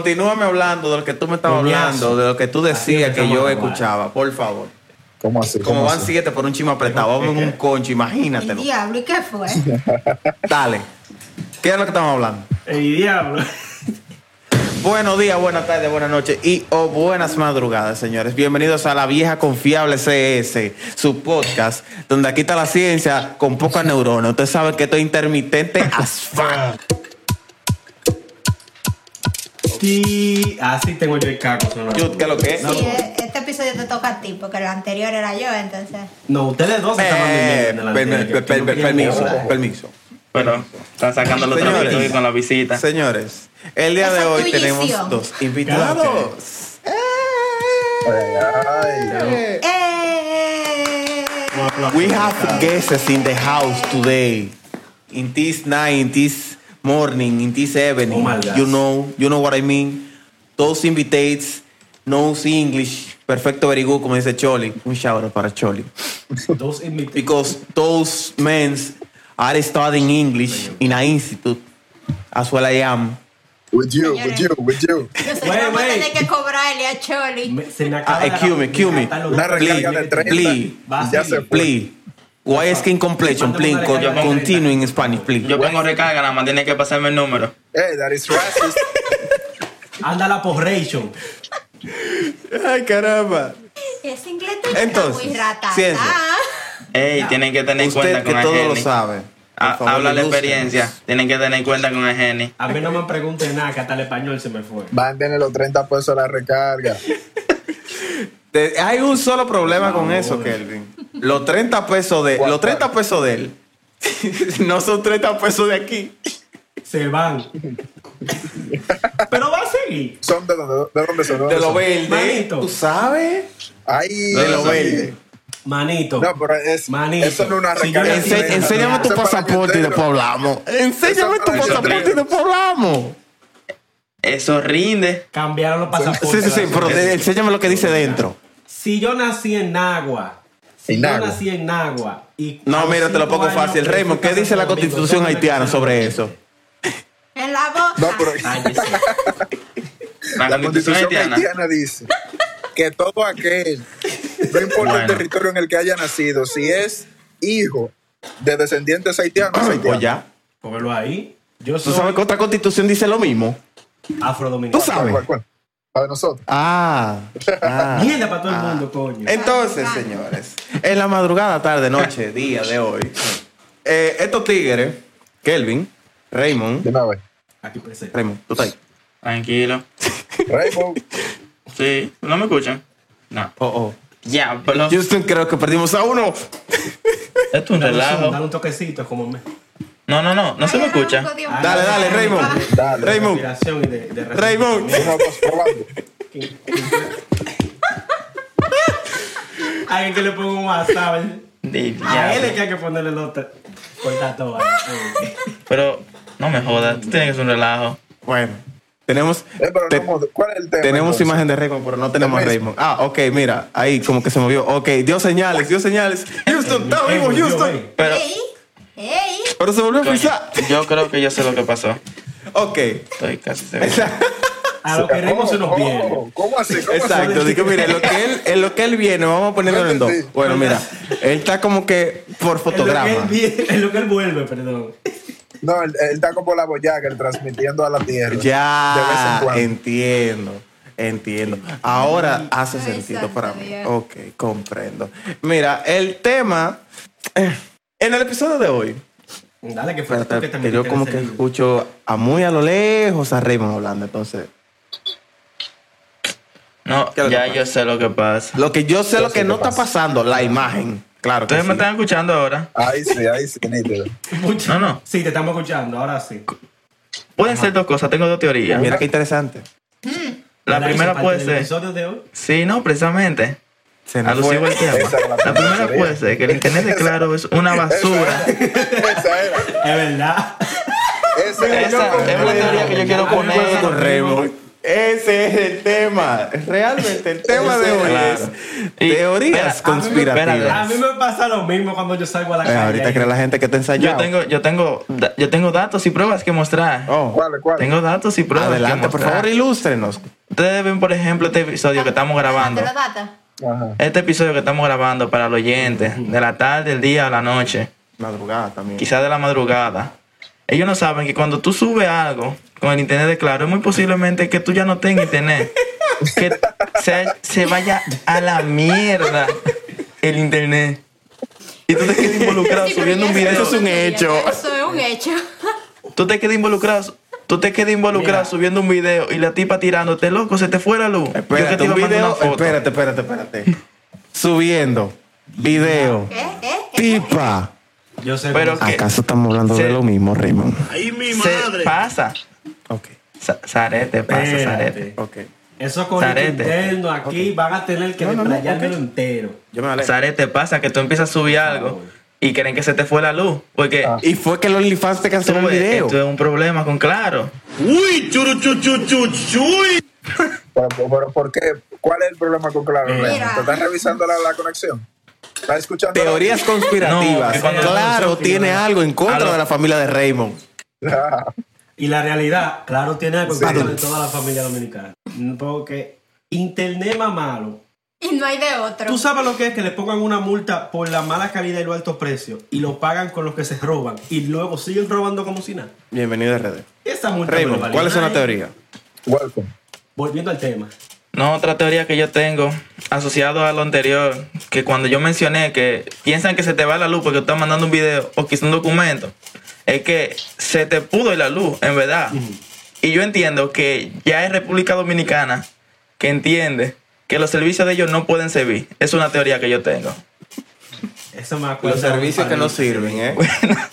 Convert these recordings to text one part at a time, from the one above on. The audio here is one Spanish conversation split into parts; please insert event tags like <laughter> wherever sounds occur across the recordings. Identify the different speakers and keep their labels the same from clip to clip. Speaker 1: Continúame hablando de lo que tú me estabas hablando, de lo que tú decías que yo escuchaba, por favor.
Speaker 2: ¿Cómo así?
Speaker 1: Como
Speaker 2: ¿Cómo
Speaker 1: van
Speaker 2: así?
Speaker 1: siete por un chima apretado, vamos en un concho,
Speaker 3: El
Speaker 1: imagínatelo.
Speaker 3: diablo, ¿y qué fue?
Speaker 1: Dale. ¿Qué es lo que estamos hablando?
Speaker 4: ¡Ey, diablo! <laughs>
Speaker 1: Buenos días, buenas tardes, buenas noches y o buenas madrugadas, señores. Bienvenidos a la vieja confiable CS, su podcast, donde aquí está la ciencia con poca neurona. Ustedes saben que esto es intermitente as fuck.
Speaker 4: Ti- Así Ah, tengo yo el caco sonando.
Speaker 1: Yut, ¿qué es lo que es?
Speaker 4: No,
Speaker 3: Sí, eh, este episodio te toca a ti, porque el anterior era yo, entonces.
Speaker 4: no, ustedes dos estaban
Speaker 1: Eh,
Speaker 4: durmiendo en la
Speaker 1: permi- per-
Speaker 4: anterior, que no
Speaker 1: per-
Speaker 4: querían
Speaker 1: Permiso,
Speaker 4: hablar.
Speaker 1: permiso.
Speaker 5: Pero están sacando los
Speaker 1: Señores.
Speaker 5: trapitos hoy con la visita.
Speaker 1: Señores, el día
Speaker 3: Esa
Speaker 1: de hoy
Speaker 3: tuyición.
Speaker 1: tenemos dos invitados. Eh.
Speaker 3: ¡Eh!
Speaker 1: We have guests in the house today. In this night, in this morning, in this evening.
Speaker 4: Oh my God.
Speaker 1: you know, you know what I mean. Those invitates knows English. Perfecto, very good, como dice Choli. Un shout out para Choli.
Speaker 4: Dos invitados.
Speaker 1: Because those men are studying English in an institute. As well I am.
Speaker 2: With you, with you, with you.
Speaker 3: Nosotros
Speaker 4: Wey,
Speaker 3: vamos a
Speaker 4: wey.
Speaker 3: tener que cobrarle a Choli.
Speaker 4: Me- Se me
Speaker 1: Ah,
Speaker 4: acaba
Speaker 1: eh,
Speaker 4: de-
Speaker 1: cue me, cue me.
Speaker 4: de-
Speaker 2: Una recarga de
Speaker 1: Please,
Speaker 2: 30.
Speaker 1: please,
Speaker 4: Vas,
Speaker 2: Ya
Speaker 4: sí.
Speaker 2: se fue.
Speaker 1: please. Why is in completion, please? Con- Continue in Spanish, please.
Speaker 5: Yo tengo recarga, nada más tienen que pasarme el número.
Speaker 2: Hey, that is racist.
Speaker 4: Anda la porration.
Speaker 1: Ay, caramba.
Speaker 3: Es inglés tú
Speaker 1: Entonces,
Speaker 3: muy rata. ¿ah?
Speaker 1: ciencia.
Speaker 5: Ey, tienen que tener
Speaker 1: Usted
Speaker 5: cuenta
Speaker 1: que
Speaker 5: con
Speaker 1: todo lo
Speaker 5: Ageni.
Speaker 1: sabe.
Speaker 5: Ha-
Speaker 1: por favor,
Speaker 5: Habla la
Speaker 1: ilústrenos.
Speaker 5: experiencia. Tienen que tener cuenta con Ageni.
Speaker 4: A mí no me pregunten nada, que hasta el español se me fue.
Speaker 2: Mándenle los 30 pesos a la recarga.
Speaker 1: Te- hay un solo problema con eso, Kelvin. Los 30 pesos de, los 30 pesos de él. <laughs> no son 30 pesos de aquí. <laughs>
Speaker 4: Se van. Pero va a seguir.
Speaker 2: ¿Son de dónde, de dónde son?
Speaker 1: De lo
Speaker 2: ve.
Speaker 1: verde.
Speaker 4: Manito.
Speaker 1: ¿Tú sabes?
Speaker 2: Ay,
Speaker 1: De lo
Speaker 5: Eso.
Speaker 1: verde.
Speaker 4: Manito.
Speaker 2: No, pero es,
Speaker 4: Manito.
Speaker 2: eso no es una
Speaker 4: Si yo
Speaker 2: recarga.
Speaker 4: le
Speaker 2: Eso
Speaker 1: Ense-
Speaker 2: es
Speaker 4: Eso.
Speaker 1: enséñame tu
Speaker 2: para
Speaker 1: pasaporte y
Speaker 2: billetero.
Speaker 1: después hablamos. Enséñame tu
Speaker 2: para
Speaker 1: pasaporte y
Speaker 2: billetero.
Speaker 1: después hablamos.
Speaker 5: Eso rinde.
Speaker 4: Cambiaron los pasaportes.
Speaker 1: Sí, sí, sí, pero
Speaker 4: Eso.
Speaker 1: te- enséñame lo que dice dentro.
Speaker 4: Si yo nací en Nagua. Si
Speaker 2: En
Speaker 4: yo
Speaker 2: Nagua.
Speaker 4: nací en Nagua. Y a
Speaker 1: No,
Speaker 4: los
Speaker 1: mira, te lo
Speaker 4: cinco
Speaker 1: pongo
Speaker 4: años
Speaker 1: fácil.
Speaker 4: crecí
Speaker 1: Raymond,
Speaker 4: en
Speaker 1: ¿qué
Speaker 4: Santo
Speaker 1: dice la
Speaker 4: Domingo?
Speaker 1: constitución
Speaker 4: ¿Dónde
Speaker 1: haitiana
Speaker 4: nací?
Speaker 1: sobre eso?
Speaker 3: En la boca.
Speaker 2: No, pero
Speaker 4: Ay, yo sé.
Speaker 5: La,
Speaker 2: la
Speaker 5: constitución haitiana.
Speaker 2: dice que todo aquel, no importa el
Speaker 5: Bueno.
Speaker 2: territorio en el que haya nacido, si es hijo de descendientes haitianos, es haitiano.
Speaker 1: Pues ya.
Speaker 4: Póngalo ahí. Yo
Speaker 1: ¿Tú sabes
Speaker 4: soy
Speaker 1: que otra constitución dice lo mismo?
Speaker 4: afrodominicano.
Speaker 1: tú sabes.
Speaker 2: ¿Cuál, cuál? La de nosotros.
Speaker 1: Ah. ah.
Speaker 4: Mierda para todo el mundo, coño.
Speaker 1: Entonces, señores, en la madrugada, tarde, noche, día de hoy, eh, estos tigres, Kelvin,
Speaker 2: De
Speaker 1: Raymond,
Speaker 2: una vez.
Speaker 4: Aquí presente.
Speaker 1: Raymond, tú estás ahí.
Speaker 5: Tranquilo.
Speaker 2: Rainbow.
Speaker 5: Sí, ¿no me escuchan? No.
Speaker 1: Oh,
Speaker 5: Ya, pero
Speaker 1: oh. Houston, creo que perdimos a uno.
Speaker 5: esto es un
Speaker 4: Dale
Speaker 5: relajo.
Speaker 4: un toquecito como me.
Speaker 5: No, no, no, no se me escucha.
Speaker 1: Ah, Dale, dale, Raymond.
Speaker 2: Dale.
Speaker 1: Raymond,
Speaker 4: Respiración y de, de
Speaker 1: Raymond. <laughs>
Speaker 2: ¿Cómo vas probando?
Speaker 4: <laughs>
Speaker 2: Eh,
Speaker 4: Alguien que le ponga un WhatsApp.
Speaker 5: Di-
Speaker 4: A él es
Speaker 5: diablo.
Speaker 4: que hay que ponerle los tres. Corta
Speaker 1: <laughs>
Speaker 4: todo. ahí. Eh.
Speaker 5: Pero no me jodas, tú tienes que ser un relajo.
Speaker 1: Bueno, tenemos,
Speaker 2: Eh, pero
Speaker 1: te-
Speaker 2: no, ¿Cuál es el tema?
Speaker 1: tenemos
Speaker 2: entonces?
Speaker 1: imagen de Raymond, pero no tenemos a Raymond.
Speaker 2: Raymond.
Speaker 1: Ah, ok, mira, ahí como que se movió. Ok, dio señales, dio señales. Houston, está vivo,
Speaker 4: Raymond, yo,
Speaker 1: Houston.
Speaker 4: eh.
Speaker 5: Pero
Speaker 3: ¡Ey! ¡Ey!
Speaker 1: Pero se volvió a
Speaker 5: coño,
Speaker 1: frisar.
Speaker 5: yo creo que yo sé lo que pasó.
Speaker 1: Ok,
Speaker 5: Estoy casi seguro.
Speaker 4: A lo que Raymond se
Speaker 2: Oh,
Speaker 4: nos viene.
Speaker 2: ¿Cómo así? ¿Cómo así?
Speaker 1: Exacto, digo, mira, en lo que él, en lo que él viene, vamos a ponerlo en dos.
Speaker 2: Sí.
Speaker 1: Bueno, mira, él está como que por fotograma.
Speaker 4: Es lo que él vuelve, perdón.
Speaker 2: No, él, él está como la boyaga, él transmitiendo a la tierra. De vez en
Speaker 1: Ya,
Speaker 2: cuando.
Speaker 1: entiendo, entiendo. Ahora hace
Speaker 3: Ay,
Speaker 1: sentido
Speaker 3: santo
Speaker 1: para mí.
Speaker 3: Dios.
Speaker 1: Ok, comprendo. Mira, el tema, eh, en el episodio de hoy,
Speaker 4: Dale que fue tú
Speaker 1: espérate,
Speaker 4: que te
Speaker 1: que yo
Speaker 4: metiste
Speaker 1: como
Speaker 4: en
Speaker 1: que
Speaker 4: ese lío.
Speaker 1: escucho a muy a lo lejos a Raymond hablando, entonces...
Speaker 5: No,
Speaker 1: ¿Qué le
Speaker 5: ya
Speaker 1: pasa?
Speaker 5: yo sé lo que pasa.
Speaker 1: Lo que yo sé, lo que
Speaker 2: qué
Speaker 1: no está
Speaker 2: pasa.
Speaker 1: pasando, la imagen. Claro que
Speaker 5: ¿Ustedes me
Speaker 1: sí.
Speaker 5: están escuchando ahora?
Speaker 2: Ahí sí, ahí sí, nítido.
Speaker 4: Mucho-
Speaker 5: No, no.
Speaker 4: Sí, te estamos escuchando, ahora sí.
Speaker 5: Pueden ser dos cosas, tengo dos teorías.
Speaker 1: Mira qué interesante.
Speaker 5: la
Speaker 4: Dale,
Speaker 5: primera
Speaker 4: parte
Speaker 5: puede
Speaker 4: del
Speaker 5: ser.
Speaker 4: episodio de hoy.
Speaker 5: Sí, no, precisamente.
Speaker 1: Se nos
Speaker 5: Alusivo
Speaker 1: fue.
Speaker 5: al tema.
Speaker 2: Esa era la
Speaker 5: La,
Speaker 2: primera
Speaker 5: primera
Speaker 2: teoría.
Speaker 5: puede ser que el internet de claro es una basura.
Speaker 2: Esa era.
Speaker 4: Es verdad.
Speaker 2: Esa era.
Speaker 5: Esa es la teoría que yo quiero
Speaker 4: A mí me
Speaker 5: poner.
Speaker 4: pasa
Speaker 1: Con Raymond. Ese es el tema. Realmente el tema de hoy
Speaker 5: Claro.
Speaker 1: es
Speaker 5: Y, espera, ah,
Speaker 1: teorías
Speaker 5: a
Speaker 4: mí me- A
Speaker 1: conspirativas.
Speaker 4: mí me pasa lo mismo cuando yo salgo a la
Speaker 1: Eh,
Speaker 4: calle.
Speaker 1: ahorita cree la gente que te
Speaker 5: Yo
Speaker 1: ensayó.
Speaker 5: tengo, yo tengo, da- yo tengo datos y pruebas que mostrar.
Speaker 1: Oh,
Speaker 2: ¿Cuál, cuál?
Speaker 5: Tengo datos y pruebas. que
Speaker 1: adelante, por
Speaker 5: mostrar.
Speaker 1: favor, ilústrenos.
Speaker 5: Ustedes ven, por ejemplo, este episodio que estamos grabando.
Speaker 3: ¿Te lo data?
Speaker 2: Ajá.
Speaker 5: Este episodio que estamos grabando para el oyente, de la tarde, el día, a la noche,
Speaker 1: Madrugada también.
Speaker 5: quizás de la madrugada. Ellos no saben que cuando tú subes algo con el internet de claro, es muy posiblemente que tú ya no tengas internet. Que se, se vaya a la mierda el internet. Y tú te quedas involucrado
Speaker 3: Sí, pero
Speaker 5: subiendo un
Speaker 3: ya
Speaker 5: video.
Speaker 1: eso es un hecho.
Speaker 3: Eso es un hecho. <laughs>
Speaker 5: Tú te quedas involucrado. Tú te quedas involucrado
Speaker 4: Mira.
Speaker 5: subiendo un video y la tipa tirándote, loco, se te fue la luz. Yo que te
Speaker 1: Espérate,
Speaker 5: iba
Speaker 1: un
Speaker 5: a mandar
Speaker 1: video.
Speaker 5: una foto.
Speaker 1: Espérate, espérate, espérate. Subiendo. Video.
Speaker 3: ¿Qué? ¿Eh? ¿Eh?
Speaker 1: Tipa.
Speaker 4: Yo sé
Speaker 5: Pero
Speaker 4: cómo-
Speaker 5: que
Speaker 1: ¿Acaso estamos hablando
Speaker 5: Se-
Speaker 1: de lo mismo, Raymond?
Speaker 6: Ahí mi
Speaker 5: se
Speaker 6: madre.
Speaker 5: pasa.
Speaker 1: Ok,
Speaker 5: Sa- Zarete, pasa,
Speaker 4: Espérate.
Speaker 5: zarete.
Speaker 1: ok.
Speaker 4: Eso con
Speaker 5: Zarete.
Speaker 4: interno aquí van a tener que
Speaker 1: No, no, no,
Speaker 4: debrayármelo
Speaker 1: ok.
Speaker 4: entero.
Speaker 1: Yo me vale.
Speaker 5: Zarete, pasa que tú empiezas a subir algo y creen que se te fue la luz. Porque
Speaker 1: Y fue que el OnlyFans te
Speaker 5: tú
Speaker 1: canceló el
Speaker 5: ves,
Speaker 1: video.
Speaker 5: esto es un problema con Claro.
Speaker 6: Uy, churu, chu, chu, chu, chuy.
Speaker 2: Pero, pero, ¿por qué? ¿Cuál es el problema con Claro?
Speaker 4: Mira.
Speaker 2: Raymond? ¿Te estás revisando la, la conexión? ¿Estás escuchando? la-
Speaker 1: Teorías
Speaker 5: No, que
Speaker 1: conspirativas.
Speaker 5: cuando
Speaker 1: claro,
Speaker 4: anunció
Speaker 1: tiene
Speaker 4: que-
Speaker 1: algo en
Speaker 5: A
Speaker 1: contra
Speaker 5: lo-
Speaker 1: de la familia de Raymond.
Speaker 4: Y la realidad, claro, tiene algo en contra
Speaker 1: Sí.
Speaker 4: de toda la familia dominicana. Porque internet más malo.
Speaker 3: Y no hay de otro.
Speaker 4: ¿Tú sabes lo que es que le pongan una multa por la mala calidad y los altos precios y lo pagan con los que se roban y luego siguen robando como si nada?
Speaker 1: Bienvenido a RD.
Speaker 4: Esa multa me
Speaker 1: Raymond,
Speaker 4: vale
Speaker 1: ¿cuál es una
Speaker 4: madre.
Speaker 1: teoría?
Speaker 2: Welcome.
Speaker 4: Volviendo al tema.
Speaker 5: No, otra teoría que yo tengo asociado a lo anterior, que cuando yo mencioné que piensan que se te va la luz porque tú estás mandando un video o quizás un documento, es que se te pudo ir la luz, en verdad. Y yo entiendo que ya es República Dominicana que entiende que los servicios de ellos no pueden servir. Es una teoría que yo tengo. <laughs>
Speaker 4: Eso me acuerdo.
Speaker 1: Los servicios que no sirven, ¿eh?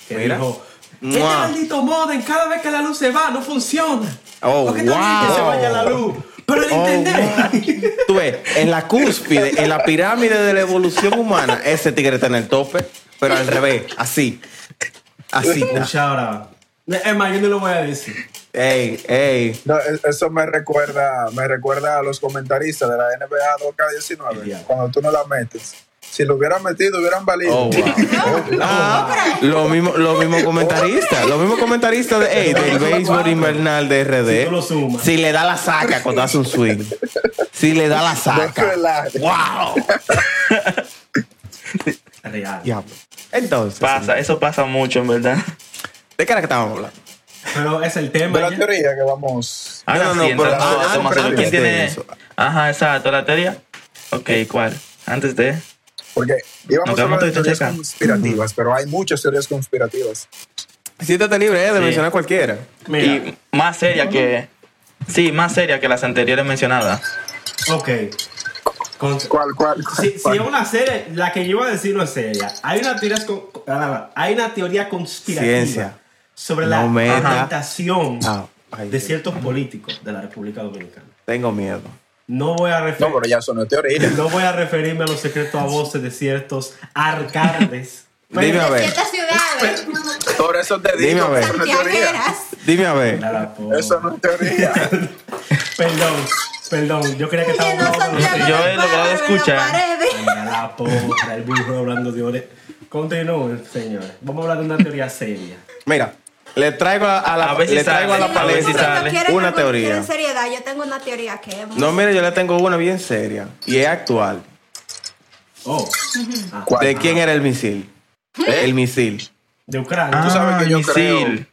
Speaker 4: Que
Speaker 1: Mira.
Speaker 4: dijo, este
Speaker 1: Mua.
Speaker 4: maldito modem, cada vez que la luz se va, no funciona.
Speaker 1: Oh,
Speaker 4: ¿Por qué está bien que
Speaker 1: wow.
Speaker 4: se vaya la luz? Pero el
Speaker 1: Oh,
Speaker 4: <laughs> internet.
Speaker 1: Tú ves, en la cúspide, en la pirámide de la evolución humana, ese tigre está en el tope, pero al revés, así. Así
Speaker 4: Un
Speaker 1: está.
Speaker 4: shout out. Es más, yo no lo voy a decir.
Speaker 1: Ey, ey.
Speaker 2: No, es- eso me recuerda, me recuerda a los comentaristas de la NBA 2K19.
Speaker 4: Ya.
Speaker 2: Cuando tú no la metes. Si lo hubieran metido, hubieran valido.
Speaker 1: <laughs> Oh, wow. Ah, lo mismo, lo
Speaker 4: <laughs>
Speaker 1: mismo comentarista, lo mismo comentarista de, ey, del béisbol invernal de RD.
Speaker 4: Si tú lo sumas.
Speaker 1: Si le da la saca cuando hace un swing. Si le
Speaker 4: <laughs>
Speaker 1: da la saca.
Speaker 2: relajes.
Speaker 1: Wow.
Speaker 4: Real.
Speaker 1: Diablo. Entonces,
Speaker 5: Pasa, eso pasa mucho, en verdad.
Speaker 1: ¿de qué era que estábamos hablando?
Speaker 4: Pero es el
Speaker 2: De
Speaker 4: tema.
Speaker 2: la
Speaker 4: ya.
Speaker 2: teoría que vamos.
Speaker 5: Ahora
Speaker 1: No, no,
Speaker 5: sí,
Speaker 1: no, pero
Speaker 5: entonces,
Speaker 1: a-
Speaker 5: vamos a
Speaker 2: antes
Speaker 5: hacer-
Speaker 2: de
Speaker 5: ¿quién tiene?
Speaker 1: eso.
Speaker 5: Ajá, exacto, la teoría. Ok, ¿cuál? Antes de...
Speaker 2: Porque íbamos
Speaker 5: Nos
Speaker 2: a hablar de
Speaker 5: quedamos todos
Speaker 2: teorías
Speaker 5: checa.
Speaker 2: conspirativas, pero hay muchas teorías conspirativas.
Speaker 1: Siéntate libre eh, de
Speaker 5: Sí.
Speaker 1: mencionar cualquiera.
Speaker 4: Mira,
Speaker 5: Y más seria que. Sí, más seria que las anteriores mencionadas.
Speaker 4: ok. Con-
Speaker 2: ¿Cuál, cuál?
Speaker 4: Si, si
Speaker 2: cuál?
Speaker 4: es una serie, la que yo iba a decir no es seria. Hay una teoría, con- hay una teoría conspirativa
Speaker 1: Ciencia.
Speaker 4: sobre
Speaker 1: No
Speaker 4: la
Speaker 1: meta.
Speaker 4: implantación
Speaker 1: Ah, ay,
Speaker 4: de
Speaker 1: Dios.
Speaker 4: ciertos políticos de la República Dominicana.
Speaker 1: Tengo miedo.
Speaker 4: No voy a
Speaker 2: No,
Speaker 4: referir.
Speaker 2: pero ya son teorías.
Speaker 4: No voy a referirme a los secretos a voces de ciertos alcaldes. Pero-
Speaker 1: Dime a
Speaker 3: De
Speaker 1: ver,
Speaker 3: ciertas ciudades.
Speaker 2: Por eso te
Speaker 1: Dime a
Speaker 2: digo,
Speaker 1: ver.
Speaker 2: eso no es teoría.
Speaker 3: Santiagueras.
Speaker 1: dime a ver.
Speaker 4: Nada, po.
Speaker 2: Eso no es teoría.
Speaker 4: Perdón, perdón. Yo creía que estaba
Speaker 3: Oye, no
Speaker 4: hablando de-
Speaker 3: Santiago
Speaker 5: Yo he
Speaker 3: del
Speaker 5: logrado
Speaker 3: Páramo, en la
Speaker 5: escuchar.
Speaker 3: pared.
Speaker 4: Venga, la porra, el burro hablando de ore- Continúen, señores. Vamos a hablar de una teoría seria.
Speaker 1: Mira, le traigo a, a la,
Speaker 5: A ver si
Speaker 1: le traigo a
Speaker 5: sale,
Speaker 1: la
Speaker 5: a ver si
Speaker 1: palestra
Speaker 5: sale.
Speaker 1: una teoría.
Speaker 3: En seriedad, yo tengo una teoría que es.
Speaker 1: No, mire, yo le tengo una bien seria y es actual.
Speaker 4: Oh. Ah,
Speaker 2: ¿Cuál?
Speaker 1: ¿De quién era el misil?
Speaker 4: ¿Eh?
Speaker 1: El misil.
Speaker 4: de
Speaker 5: Ah.
Speaker 4: Ucrania.
Speaker 2: Tú sabes que yo
Speaker 5: misil.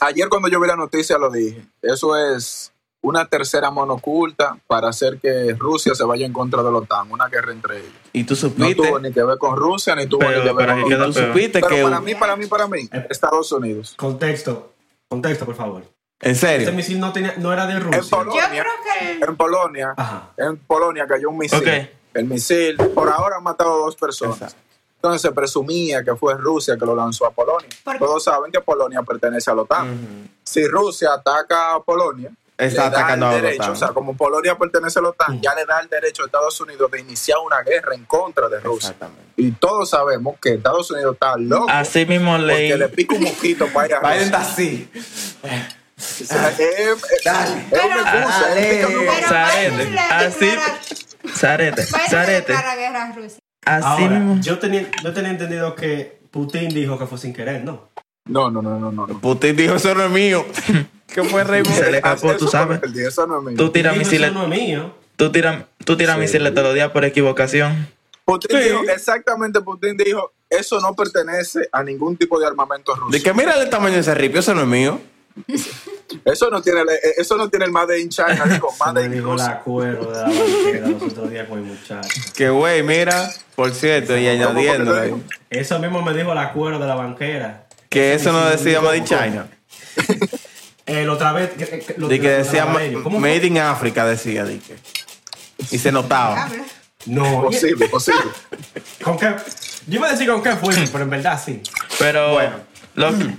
Speaker 2: Ayer cuando yo vi la noticia lo dije. Eso es una tercera mano oculta para hacer que Rusia se vaya en contra de la OTAN, una guerra entre ellos.
Speaker 1: Y tú
Speaker 2: No
Speaker 1: supiste,
Speaker 2: tuvo ni que ver con Rusia, ni tuvo
Speaker 5: Pero
Speaker 2: ni que ver
Speaker 5: para que
Speaker 2: con...
Speaker 5: quede
Speaker 1: tú
Speaker 5: peor.
Speaker 1: supiste
Speaker 2: Pero
Speaker 1: que
Speaker 2: para mí, para mí, para mí, Estados Unidos.
Speaker 4: Contexto. Contexto, por favor.
Speaker 1: en
Speaker 4: Ese
Speaker 1: serio.
Speaker 4: misil no, tenía, no era de
Speaker 2: En
Speaker 4: Rusia.
Speaker 3: Yo
Speaker 2: Polonia,
Speaker 3: creo que. el-
Speaker 2: en Polonia,
Speaker 4: Ajá.
Speaker 2: en Polonia cayó un misil.
Speaker 5: Ok.
Speaker 2: El misil, por ahora han matado a dos personas.
Speaker 1: Exacto.
Speaker 2: Entonces se presumía que fue Rusia que lo lanzó a Polonia.
Speaker 3: ¿Por qué?
Speaker 2: Todos saben que Polonia pertenece a la OTAN. Si Rusia ataca a Polonia,
Speaker 1: Está
Speaker 2: le da
Speaker 1: atacando a la
Speaker 2: el derecho,
Speaker 1: OTAN.
Speaker 2: o sea, como Polonia pertenece a la OTAN, ya le da el derecho a Estados Unidos de iniciar una guerra en contra de Rusia.
Speaker 1: Exactamente.
Speaker 2: Y todos sabemos que Estados Unidos está loco
Speaker 5: Así mismo
Speaker 2: porque
Speaker 5: leí.
Speaker 1: <laughs>
Speaker 2: le pica un mosquito para ir a
Speaker 1: Biden está
Speaker 2: Rusia.
Speaker 1: así.
Speaker 2: Eh, eh,
Speaker 1: Dale.
Speaker 2: Es una excusa,
Speaker 1: Dale.
Speaker 2: explícame un-
Speaker 3: Pero
Speaker 5: Zarete.
Speaker 3: Biden le
Speaker 5: Así.
Speaker 3: declara-
Speaker 5: Zarete.
Speaker 3: Biden le
Speaker 5: Zarete.
Speaker 3: declara guerra a Rusia.
Speaker 5: Así
Speaker 4: Ahora,
Speaker 5: mismo.
Speaker 4: yo tenía, yo tenía entendido que Putin dijo que fue sin querer, ¿no?
Speaker 2: No, no, no, no, no. no.
Speaker 1: Putin dijo, eso no es mío. ¿Qué fue Raymond?
Speaker 5: Se le escapó,
Speaker 2: Eso
Speaker 5: tú
Speaker 2: fue
Speaker 5: sabes.
Speaker 2: lo que él dijo, eso no es mío.
Speaker 5: Tú tiras
Speaker 4: Dijo,
Speaker 5: misiles,
Speaker 4: Eso no es mío.
Speaker 5: tú tiras, tú tiras
Speaker 2: Sí.
Speaker 5: misiles todos los días por equivocación.
Speaker 2: Putin
Speaker 1: Sí.
Speaker 2: dijo, exactamente, Putin dijo, eso no pertenece a ningún tipo de armamento ruso.
Speaker 1: De que mira el tamaño de ese ripio, eso no es mío.
Speaker 2: Eso no tiene, el- eh, eso no tiene el Made in China, dijo,
Speaker 4: Se
Speaker 2: Made
Speaker 4: me
Speaker 2: in
Speaker 4: dijo
Speaker 2: Rusia.
Speaker 4: la cuero de la banquera los otros días con el muchacho.
Speaker 1: Que güey, mira, por cierto, y
Speaker 2: ¿Cómo, cómo que
Speaker 1: añadiendo
Speaker 2: te digo?
Speaker 4: Eso mismo me dijo la cuero de la banquera.
Speaker 1: que eso no decía Made in China.
Speaker 4: El Eh, otra vez. que- que- lo-
Speaker 1: De que
Speaker 4: lo-
Speaker 1: decía
Speaker 4: lo-
Speaker 1: ma-
Speaker 4: lo- ¿Cómo fue?
Speaker 1: Made in Africa, decía, de que. Y se notaba.
Speaker 3: Habla.
Speaker 4: No, oye,
Speaker 2: Posible, posible.
Speaker 4: ¿con qué? Yo iba a decir con qué fue, pero en verdad sí.
Speaker 5: Pero lo que-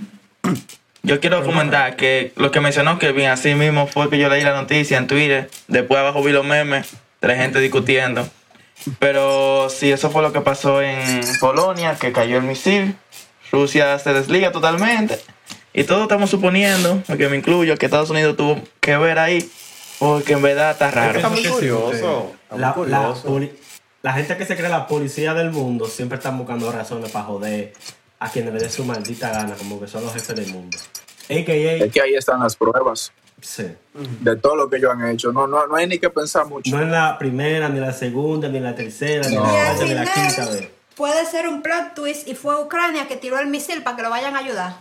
Speaker 5: yo quiero comentar que lo que mencionó Kevin así mismo fue que yo leí la noticia en Twitter, después abajo vi los memes de la gente discutiendo. Pero sí, eso fue lo que pasó en Polonia, que cayó el misil, Rusia se desliga totalmente y todos estamos suponiendo, porque me incluyo, que Estados Unidos tuvo que ver ahí, porque en verdad está
Speaker 1: Está
Speaker 5: raro.
Speaker 1: muy
Speaker 4: Eso sí,
Speaker 1: curioso.
Speaker 4: usted.
Speaker 1: está muy
Speaker 4: La, la,
Speaker 1: curioso.
Speaker 4: poli- la gente que se cree la policía del mundo siempre están buscando razones para joder a quienes le dé su maldita gana, como que son los jefes del mundo. AKA,
Speaker 1: Eh.
Speaker 2: Es que ahí están las pruebas
Speaker 4: sí.
Speaker 2: de todo lo que ellos han hecho. No, no, no hay ni que pensar mucho.
Speaker 4: No es la primera, ni la segunda, ni la tercera, ni la
Speaker 2: No.
Speaker 3: Y al
Speaker 4: cuarta, ni la quinta vez.
Speaker 3: final puede ser un plot twist y fue Ucrania que tiró el misil para que lo vayan a ayudar.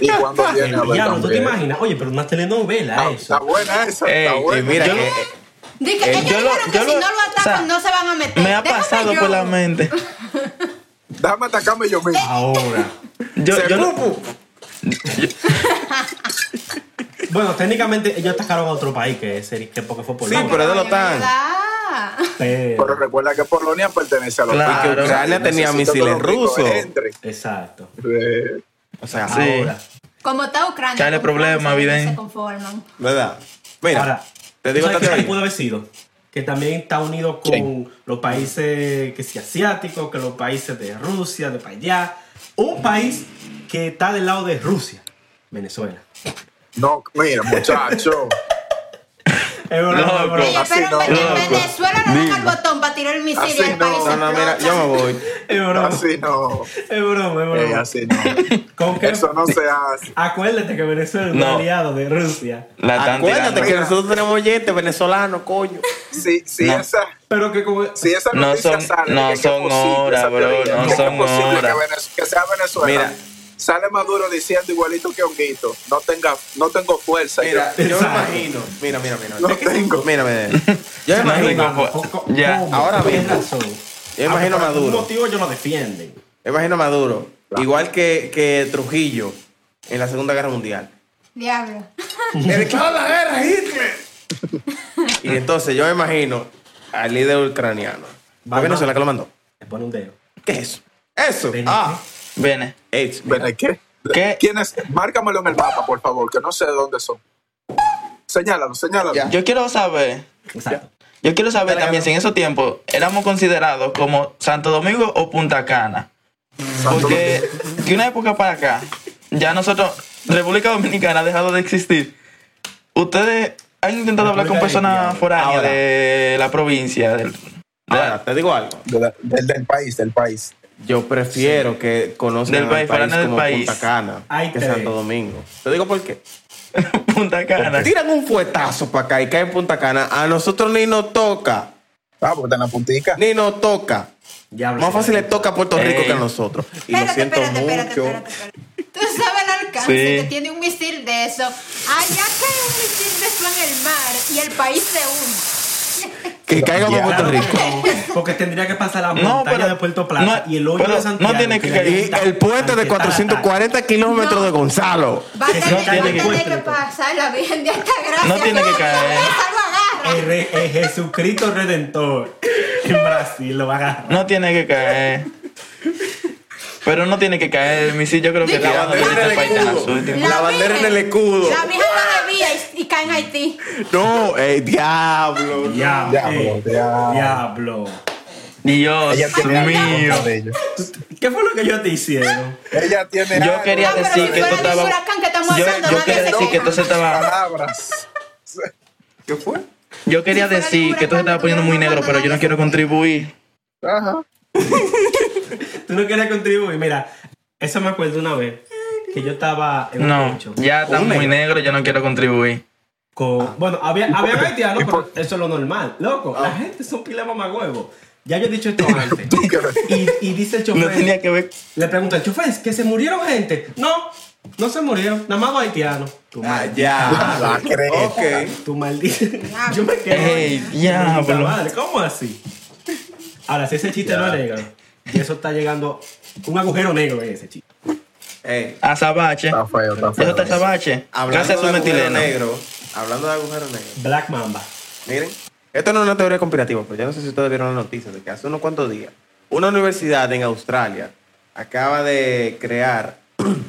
Speaker 2: Y cuando
Speaker 4: <laughs>
Speaker 2: viene a ver
Speaker 4: Diablo, Eh, ¿tú te
Speaker 2: también.
Speaker 4: imaginas? Oye, pero una telenovela
Speaker 2: Ah,
Speaker 4: eso.
Speaker 2: está buena esa, está
Speaker 5: Ey,
Speaker 2: buena.
Speaker 1: Y mira,
Speaker 5: Yo
Speaker 1: que-
Speaker 3: Dice que
Speaker 5: Eh,
Speaker 3: ellos
Speaker 5: yo lo-
Speaker 3: dijeron que
Speaker 5: yo
Speaker 3: si
Speaker 5: lo-
Speaker 3: no lo atacan
Speaker 5: o sea,
Speaker 3: no se van a meter.
Speaker 5: Me ha
Speaker 3: Déjame
Speaker 5: pasado
Speaker 3: yo.
Speaker 5: por la mente.
Speaker 2: Déjame atacarme yo mismo.
Speaker 4: Ahora.
Speaker 5: Yo,
Speaker 2: Se
Speaker 5: yo-
Speaker 2: pupu.
Speaker 4: Bueno, técnicamente ellos atacaron a otro país que es Eritrea, porque fue por
Speaker 1: Sí, pero es de la OTAN.
Speaker 3: Ah,
Speaker 2: Pero recuerda que Polonia pertenece a la
Speaker 5: Claro.
Speaker 2: OTAN.
Speaker 1: que Ucrania tenía
Speaker 2: Necesito que
Speaker 1: misiles
Speaker 2: los ricos
Speaker 1: rusos.
Speaker 2: entren.
Speaker 4: Exacto.
Speaker 2: Eh,
Speaker 1: O sea,
Speaker 5: Sí.
Speaker 4: Ahora.
Speaker 3: Como está Ucrania.
Speaker 5: Chale,
Speaker 3: como
Speaker 5: problema,
Speaker 3: Francia,
Speaker 5: Biden.
Speaker 3: no Se conforman.
Speaker 1: ¿verdad? Mira,
Speaker 4: Ahora,
Speaker 1: te digo esta
Speaker 4: ¿tú sabes qué país
Speaker 1: teoría.
Speaker 4: pudo haber sido? Que también está unido con
Speaker 2: ¿Quién?
Speaker 4: los países que sí, asiáticos, que los países de Rusia, de para allá. Un país que está del lado de Rusia, Venezuela.
Speaker 2: No, mira, muchacho.
Speaker 4: Es broma,
Speaker 5: Loco.
Speaker 4: es broma.
Speaker 3: Ellos
Speaker 2: así
Speaker 3: esperan
Speaker 2: no.
Speaker 3: que en
Speaker 5: Loco.
Speaker 3: Venezuela no dan al botón para tirar el misil
Speaker 2: Así
Speaker 3: y
Speaker 2: no.
Speaker 3: el país
Speaker 2: No,
Speaker 1: No, no, mira, yo me voy.
Speaker 4: Es broma,
Speaker 2: así <laughs> no.
Speaker 4: es broma, es broma.
Speaker 2: Ah, Eh, así no.
Speaker 4: ¿Con qué?
Speaker 2: Eso no se hace.
Speaker 4: Acuérdate que Venezuela es un
Speaker 5: No.
Speaker 4: aliado de Rusia.
Speaker 5: la están
Speaker 1: Acuérdate
Speaker 5: tirando.
Speaker 1: que nosotros tenemos oyentes venezolanos, coño.
Speaker 2: Si, si
Speaker 5: No.
Speaker 2: esa,
Speaker 4: Pero que como...
Speaker 2: si esa
Speaker 5: No
Speaker 2: noticia
Speaker 5: son-
Speaker 2: sale,
Speaker 5: no
Speaker 2: que es
Speaker 5: son
Speaker 2: posible
Speaker 5: horas,
Speaker 2: esa
Speaker 5: bro,
Speaker 2: teoría,
Speaker 5: no
Speaker 2: que es
Speaker 5: son
Speaker 2: posible que
Speaker 5: horas.
Speaker 2: Venez- Que, sea Venezuela.
Speaker 1: Mira.
Speaker 2: Sale Maduro diciendo igualito que Honguito. No, tenga, no tengo fuerza.
Speaker 1: Mira, yo me
Speaker 4: Exacto.
Speaker 1: imagino. Mira, mira, mira.
Speaker 2: No tengo.
Speaker 1: Mira, mira. Yo me
Speaker 5: No
Speaker 1: imagino.
Speaker 5: tengo. Ya,
Speaker 1: pues, ahora
Speaker 4: Tienes
Speaker 1: mismo.
Speaker 4: razón.
Speaker 1: Yo imagino
Speaker 4: Ah, por algún
Speaker 1: Maduro.
Speaker 4: motivo ellos lo defienden.
Speaker 1: Me imagino a Maduro, igual que, que Trujillo en la Segunda Guerra Mundial.
Speaker 4: <laughs>
Speaker 3: Diablo.
Speaker 1: ¡El que la guerra, Hitler! y entonces yo me imagino al líder ucraniano. ¿A
Speaker 4: Vamos.
Speaker 1: Venezuela que lo mandó?
Speaker 4: Le pone un dedo.
Speaker 1: ¿Qué es eso? Eso.
Speaker 4: Ven
Speaker 1: Ah,
Speaker 5: Viene.
Speaker 1: AIDS. mira.
Speaker 2: Ven, ¿qué?
Speaker 5: ¿Qué?
Speaker 2: ¿Quién es? Márcamelo en el mapa, por favor, que no sé de dónde son. Señálalo, señálalo.
Speaker 1: Ya.
Speaker 5: Yo quiero saber,
Speaker 4: Exacto.
Speaker 5: yo quiero saber
Speaker 1: Dale,
Speaker 5: también
Speaker 1: Gabriel.
Speaker 5: si en esos tiempos éramos considerados como Santo Domingo o Punta Cana.
Speaker 2: Santo
Speaker 5: Porque de una época para acá, ya nosotros, República Dominicana ha dejado de existir. Ustedes han intentado hablar con
Speaker 4: República
Speaker 5: personas
Speaker 4: Dominicana.
Speaker 5: foráneas
Speaker 1: Ahora.
Speaker 5: de la provincia. del- de la-
Speaker 1: Ahora, te digo algo.
Speaker 2: De la- del, del país, del país.
Speaker 1: Yo prefiero que conozcan
Speaker 5: Del
Speaker 1: al país
Speaker 5: país, fuera del
Speaker 1: como
Speaker 5: país.
Speaker 1: Punta Cana
Speaker 4: Ahí
Speaker 1: que
Speaker 4: te
Speaker 1: Santo
Speaker 4: ves.
Speaker 1: Domingo. Te digo por qué.
Speaker 5: <laughs> Punta Cana.
Speaker 1: Tiran un fuetazo para acá y cae en Punta Cana. A nosotros ni nos toca.
Speaker 2: Ah, porque está en la puntica.
Speaker 1: Ni nos toca.
Speaker 4: Diablo.
Speaker 1: Más fácil le toca a Puerto Rico
Speaker 5: Ey.
Speaker 1: que a nosotros. Y lo
Speaker 3: Espérate,
Speaker 1: siento
Speaker 3: espérate, espérate,
Speaker 1: mucho.
Speaker 3: espérate, espérate. Tú sabes el alcance
Speaker 5: Sí.
Speaker 3: que tiene un misil de eso. Allá cae un misil de eso en el mar y el país se hunde.
Speaker 1: Que caiga para Puerto
Speaker 4: Claro que
Speaker 5: <laughs>
Speaker 1: Rico.
Speaker 4: no, Porque tendría que pasar la
Speaker 5: No,
Speaker 4: montaña
Speaker 5: pero-
Speaker 4: de Puerto Plata
Speaker 5: no,
Speaker 4: y el hoyo
Speaker 5: pero
Speaker 4: de
Speaker 5: no
Speaker 4: Santiago.
Speaker 5: tiene que
Speaker 4: la
Speaker 5: caer.
Speaker 1: Y
Speaker 4: gente
Speaker 1: el puente de
Speaker 4: está-
Speaker 1: 440 kilómetros de Gonzalo.
Speaker 3: Va a
Speaker 4: Que no
Speaker 3: tener, va a
Speaker 4: tiene que-
Speaker 3: tener que pasar la Virgen de Altagracia.
Speaker 5: No tiene que caer.
Speaker 3: Esa lo
Speaker 4: El,
Speaker 3: agarra.
Speaker 4: re- el Jesucristo Redentor en Brasil lo va a agarrar.
Speaker 5: No tiene que caer. Pero no tiene que caer el misil, yo creo que
Speaker 3: Diga,
Speaker 5: está dando
Speaker 1: la bandera
Speaker 5: de este
Speaker 1: del
Speaker 5: país en las
Speaker 1: escudo.
Speaker 5: últimas.
Speaker 1: La bandera
Speaker 3: Virgen-
Speaker 1: en el escudo.
Speaker 3: La Virgen la debía y, y cae en Haití.
Speaker 1: No, eh, diablo.
Speaker 4: Diablo.
Speaker 2: Diablo,
Speaker 4: eh,
Speaker 2: diablo.
Speaker 4: diablo.
Speaker 5: Dios
Speaker 2: Ella tiene
Speaker 5: mío.
Speaker 2: algo contra ellos.
Speaker 4: ¿Qué fue lo que yo te hicieron?
Speaker 2: Ella tiene
Speaker 5: Yo
Speaker 2: algo
Speaker 5: quería
Speaker 3: Ah, pero
Speaker 5: decir
Speaker 3: si
Speaker 5: que
Speaker 3: fuera
Speaker 5: esto
Speaker 3: de un
Speaker 5: estaba.
Speaker 3: huracán que estamos
Speaker 5: Yo,
Speaker 3: hablando,
Speaker 5: yo
Speaker 3: nadie
Speaker 5: quería
Speaker 3: se
Speaker 5: decir que esto se estaba.
Speaker 2: palabras. ¿Qué fue?
Speaker 5: Yo quería
Speaker 3: fuera de un
Speaker 5: decir que esto se
Speaker 3: huracán,
Speaker 5: estaba poniendo muy
Speaker 3: no
Speaker 5: negro,
Speaker 3: manda
Speaker 5: pero yo no
Speaker 3: nadie.
Speaker 5: quiero contribuir.
Speaker 2: Ajá.
Speaker 4: Tú no querías contribuir. Mira, eso me acuerdo una vez que yo estaba en un
Speaker 5: No,
Speaker 4: rancho
Speaker 5: ya está
Speaker 1: Un
Speaker 5: muy
Speaker 1: negro.
Speaker 5: negro, yo no quiero contribuir.
Speaker 4: con- Bueno, había, había haitianos,
Speaker 2: Ah. y por- Ah.
Speaker 4: pero eso es lo normal. Loco, la gente son pila mamagüevo. Ya yo he dicho
Speaker 2: <laughs>
Speaker 4: esto antes. y, y dice el chofer.
Speaker 5: No tenía que ver.
Speaker 4: Le pregunta al chofer, ¿es que se murieron gente? No, no se murieron, nada más los haitianos. Tu
Speaker 1: Ah,
Speaker 4: maldita.
Speaker 1: ya.
Speaker 2: La creo.
Speaker 1: ok.
Speaker 4: Tu maldita. <laughs> Yo me quedé.
Speaker 5: Ey, diablo.
Speaker 4: Puta madre, ¿Cómo así? Ahora, si ese chiste no es negro, y eso está llegando un agujero negro en ese chiste.
Speaker 1: Ey,
Speaker 5: Azabache.
Speaker 2: Está feo, está
Speaker 5: Eso está
Speaker 2: feo.
Speaker 5: azabache. Gracias a
Speaker 1: hablando
Speaker 5: su
Speaker 1: de agujero
Speaker 5: metileno.
Speaker 1: negro. Hablando de agujero negro.
Speaker 4: Black Mamba.
Speaker 1: Miren, esto no es una teoría conspirativa, pero yo no sé si ustedes vieron la noticia de que hace unos cuantos días una universidad en Australia acaba de crear <clears throat>